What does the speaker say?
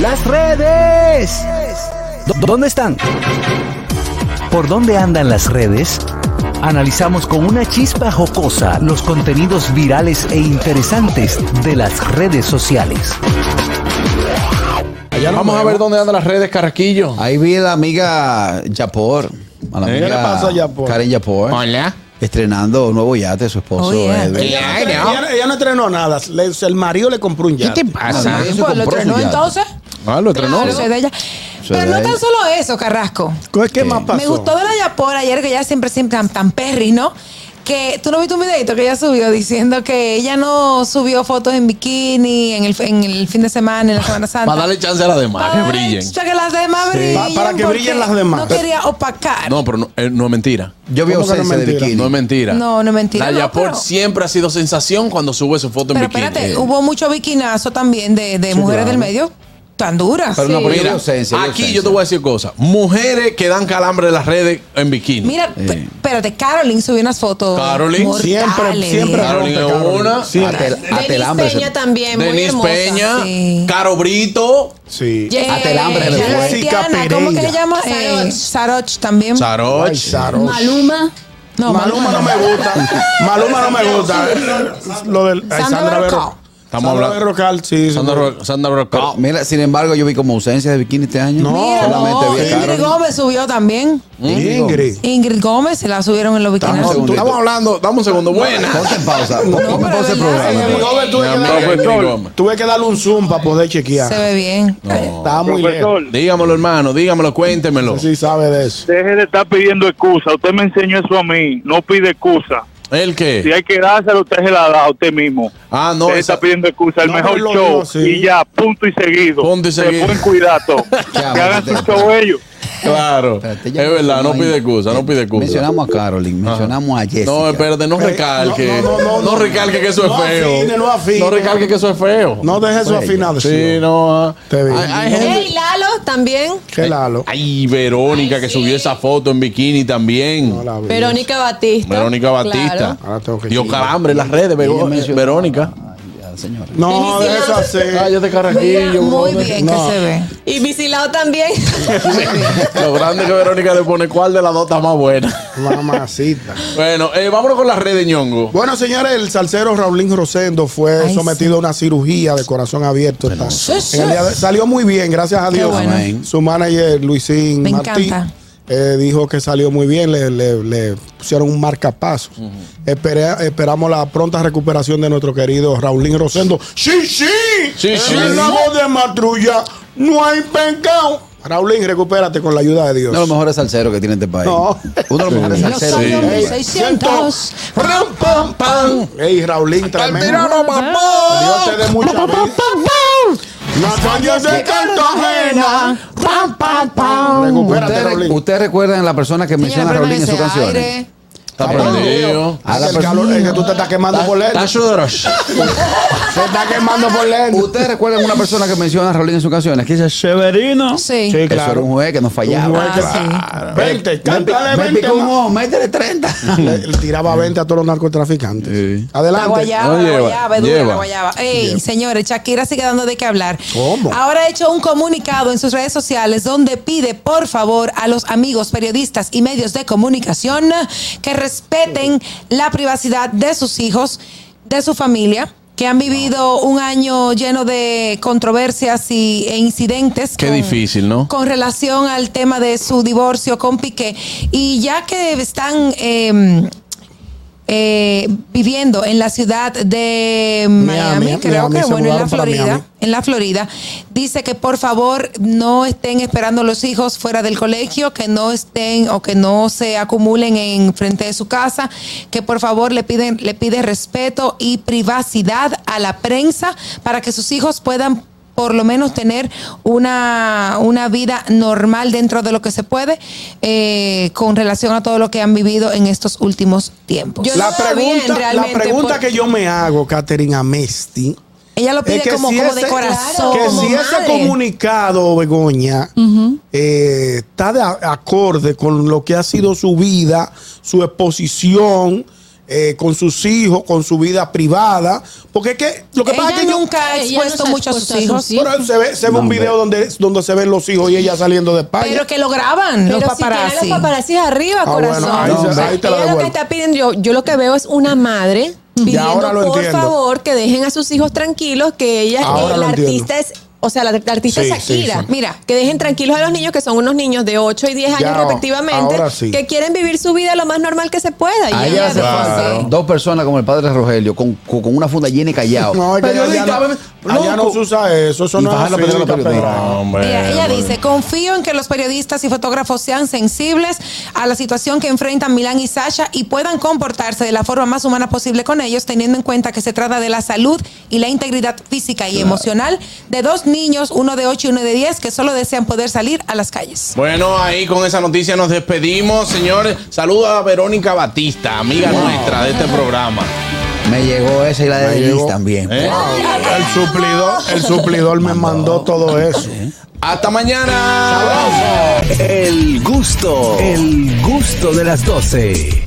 Las redes. ¿Dó- ¿Dónde están? ¿Por dónde andan las redes? Analizamos con una chispa jocosa los contenidos virales e interesantes de las redes sociales. Vamos a ver dónde andan las redes, Carraquillo. Ahí vi a la amiga Yapor. A la ¿Eh? amiga ¿Qué le pasa a Yapor? Karen Yapor. Hola. Estrenando un nuevo yate, su esposo. eh, Oh, yeah. Edwin. Yeah. Ella, Claro. no, ella no- ella no entrenó nada. Le- el marido le compró un ¿Qué yate. te pasa? Nadie se Pues compró lo su entrenó yate. entonces. Ah, lo entrenó. Claro, eso es de ella. es Pero de no ella. tan solo eso, Carrasco. ¿Qué, qué más pasó? Me gustó de la Yapor ayer que ella siempre, siempre tan, tan perri, ¿no? Que tú no viste un videito que ella subió diciendo que ella no subió fotos en bikini en el, en el fin de semana, en la Semana Santa. Para darle chance a las demás, Para que darle brillen. chance a que las demás brillen. Pa- para que porque brillen las demás. No quería opacar. No, No, pero no, eh, no es mentira. Yo vi ¿Cómo que no es ausencia de mentira? bikini. No es mentira. no, es mentira. La no, Yapor pero- siempre ha sido sensación cuando sube su foto en Pero bikini. eh. espérate, hubo mucho bikinazo también de, de mujeres del medio tan duras. Pero no, pero Sí. yo Mira, vi ausencia, vi aquí ausencia. yo te voy a decir cosas. Mujeres que dan calambre en las redes en bikini. Mira, p- espérate, Caroline subió unas fotos. Caroline. mortales. siempre, siempre Caroline rompe, es Caroline. una. Sí, Hasta el- hasta el Denise hambre se- Peña también, muy Denise hermosa. Peña, sí. Caro Brito, sí. Yes. Hasta el hambre se le fue. Jessica Diana, ¿Cómo que se Pereira. llama? Eh, Saroch. Saroch también. Ay, Saroch. Sarosh. Maluma. No, Maluma no me gusta. Maluma no me gusta. Lo del ay, Sandra Sandra Berrocal. Berrocal. Estamos Sandra hablando- Berrocal, sí. sí. Sandra, Ro- Sandra Roca. Mira, sin embargo, yo vi como ausencia de bikini este año. No. Mira, solamente no, vi a Ingrid Carol. Gómez subió también. Mm, Ingrid. Ingrid Gómez se la subieron en los Dame un bikinis. segundito. Estamos hablando, dame un segundo. Buena. Ponte en pausa. Pon- Ponme pero pausa el verdad, programa. señor. pues. Robert, tuve que Mi darle- amor, Ingrid Gómez. Tuve que darle un zoom para poder Se chequear. ve bien. Eh, Estaba muy lejos. Profesor, Dígamelo, hermano, dígamelo, cuéntemelo. Sí sabe de eso. deje de estar pidiendo excusa. Usted me enseñó eso a mí. No pide excusa. ¿El Si qué? hay que dárselo, usted se la da a usted mismo. Ah, no, usted esa- está pidiendo excusa. El No, no mejor lo show. digo, sí. Y ya, punto y seguido. Punto y seguido. Se pueden cuidar todo. que Ya, hagan su vete. show ellos. Claro. Espérate, es ya verdad, no mencionamos pide ahí. excusa, no pide excusa. Mencionamos a Caroline, mencionamos a Jessica. No, espérate, no Pero- recalque. no, no, no, No no. recalque que eso es No afine, feo. no afine. No recalque que eso es feo. No deje eso Oye, afinado. Sí, sí. no. ah. Te vi. Hay- hay gente- Hey, Lalo también. Qué lalo. Ay, Verónica, que subió esa foto en bikini también. No la vi. Verónica Batista. Verónica Batista. Claro. Ahora tengo que Ah, Dio chingar. calambre en las redes, Vego- Ella mencionó- Verónica. Ah, Ya, señora. No, deje eso así. Cállate, Mira, carraquillo. muy brother. bien No. que se ve. Y Visilao también. Lo grande que Verónica le pone, ¿cuál de las dos está más buena? Mamacita. Bueno, eh, vámonos con las redes, ñongo. Bueno, señores, el salsero Raulín Rosendo fue Ay, sometido a una cirugía de corazón abierto. esta- en el día de- salió muy bien, gracias a Qué Dios. bueno. Amén. Su manager, Luisín Me Martín, encanta. eh, dijo que salió muy bien, le, le- le pusieron un marcapaso. Espere- esperamos la pronta recuperación de nuestro querido Raulín Rosendo. ¡Sí, sí! Sí, sí. En la voz de matrulla no hay pecado. Raulín, recupérate con la ayuda de Dios. Uno de los mejores salseros que tiene este país. No. Uno de los mejores Los salseros. que años tiene este país. 1600. ¡Ram, pam, pam! ¡Ey, Raulín, tremendo! Dios te dé mucha vida. Las calles de Cartagena. Pam, pam, pam. Recupérate, ¿Ustedes Raulín. ¿Ustedes recuerdan la persona que menciona a Raulín en ¿eh? sus eh? Ah, canciones? Está prendido. A la Es que el persona- calor es que tú te estás quemando por lento. Está sudoroso. Se está quemando por lento. ¿Ustedes recuerdan una persona que menciona a Raulín en sus canciones? Que dice, Severino. Sí. Eso Sí, era un claro. juez que nos fallaba. Ah, sí. Vente, Me, cántale me 20 picó un más. ojo, métele 30. Le- le tiraba 20 a todos los narcotraficantes. La Adelante. guayaba, No la lleva, guayaba, es dura lleva. la guayaba. Ey, señores, Shakira sigue dando de qué hablar. ¿Cómo? Ahora ha hecho un comunicado en sus redes sociales donde pide, por favor, a los amigos, periodistas y medios de comunicación que respeten la privacidad de sus hijos, de su familia que han vivido un año lleno de controversias y, e incidentes. Qué difícil, ¿no? Con relación al tema de su divorcio con Piqué. Y ya que están em, eh, viviendo en la ciudad de Miami, Miami, creo Miami, que se bueno, en la mudaron para Florida, Miami. en la Florida, dice que por favor no estén esperando a los hijos fuera del colegio, que no estén o que no se acumulen en frente de su casa, que por favor le piden le pide respeto y privacidad a la prensa para que sus hijos puedan por lo menos tener una, una vida normal dentro de lo que se puede eh, con relación a todo lo que han vivido en estos últimos tiempos. Yo- La Todo bien, pregunta, la realmente, pregunta por- que yo me hago, Catherine Amesti, Ella lo pide Es que como, si como ese- de corazón. Que como si ese madre. comunicado, Begoña, eh, está de a- acorde con lo que ha sido su vida, su exposición, eh, con sus hijos, con su vida privada. Porque es que lo que Ella pasa es que yo- nunca ha Ella expuesto nos ha mucho a sus expuesto a hijos. sus hijos. Bueno, se ve, se ve un video donde, donde se ven los hijos y ella saliendo de España. Pero que lo graban los Pero si tienen paparazzi. los paparazzis arriba, Ah, bueno, corazón. ahí se- Ella ahí te la lo devuelvo. que está pidiendo, yo, yo lo que veo es una madre pidiendo ahora lo por entiendo. favor que dejen a sus hijos tranquilos, que ella, Ahora el lo entiendo. artista es, o sea, la, la artista Sí, es sí, Shakira. sí. Mira, que dejen tranquilos a los niños que son unos niños de 8 y 10 Ya, años respectivamente, ahora sí. que quieren vivir su vida lo más normal que se pueda. Y Allá ella- hace falta dos personas como el padre Rogelio, con, con, con una funda llena y callado. No, es que allá, Periodista, no- ven- allá no loco. se usa eso. Eso Y no es bajarlo, así, perderlo, está perderlo. pegado. hombre. Mira, ella dice, confío en que los periodistas y fotógrafos sean sensibles a la situación que enfrentan Milán y Sasha y puedan comportarse de la forma más humana posible con ellos, teniendo en cuenta que se trata de la salud y la integridad física y emocional de dos niños, uno de 8 y uno de 10, que solo desean poder salir a las calles. Bueno, ahí con esa noticia nos despedimos, señores. Saluda a Verónica Batista, amiga nuestra de este programa. Me llegó esa y la de Denise llegó. también. ¿eh? El suplidor, el suplidor me mandó todo eso. Hasta mañana. El gusto, el gusto de las 12.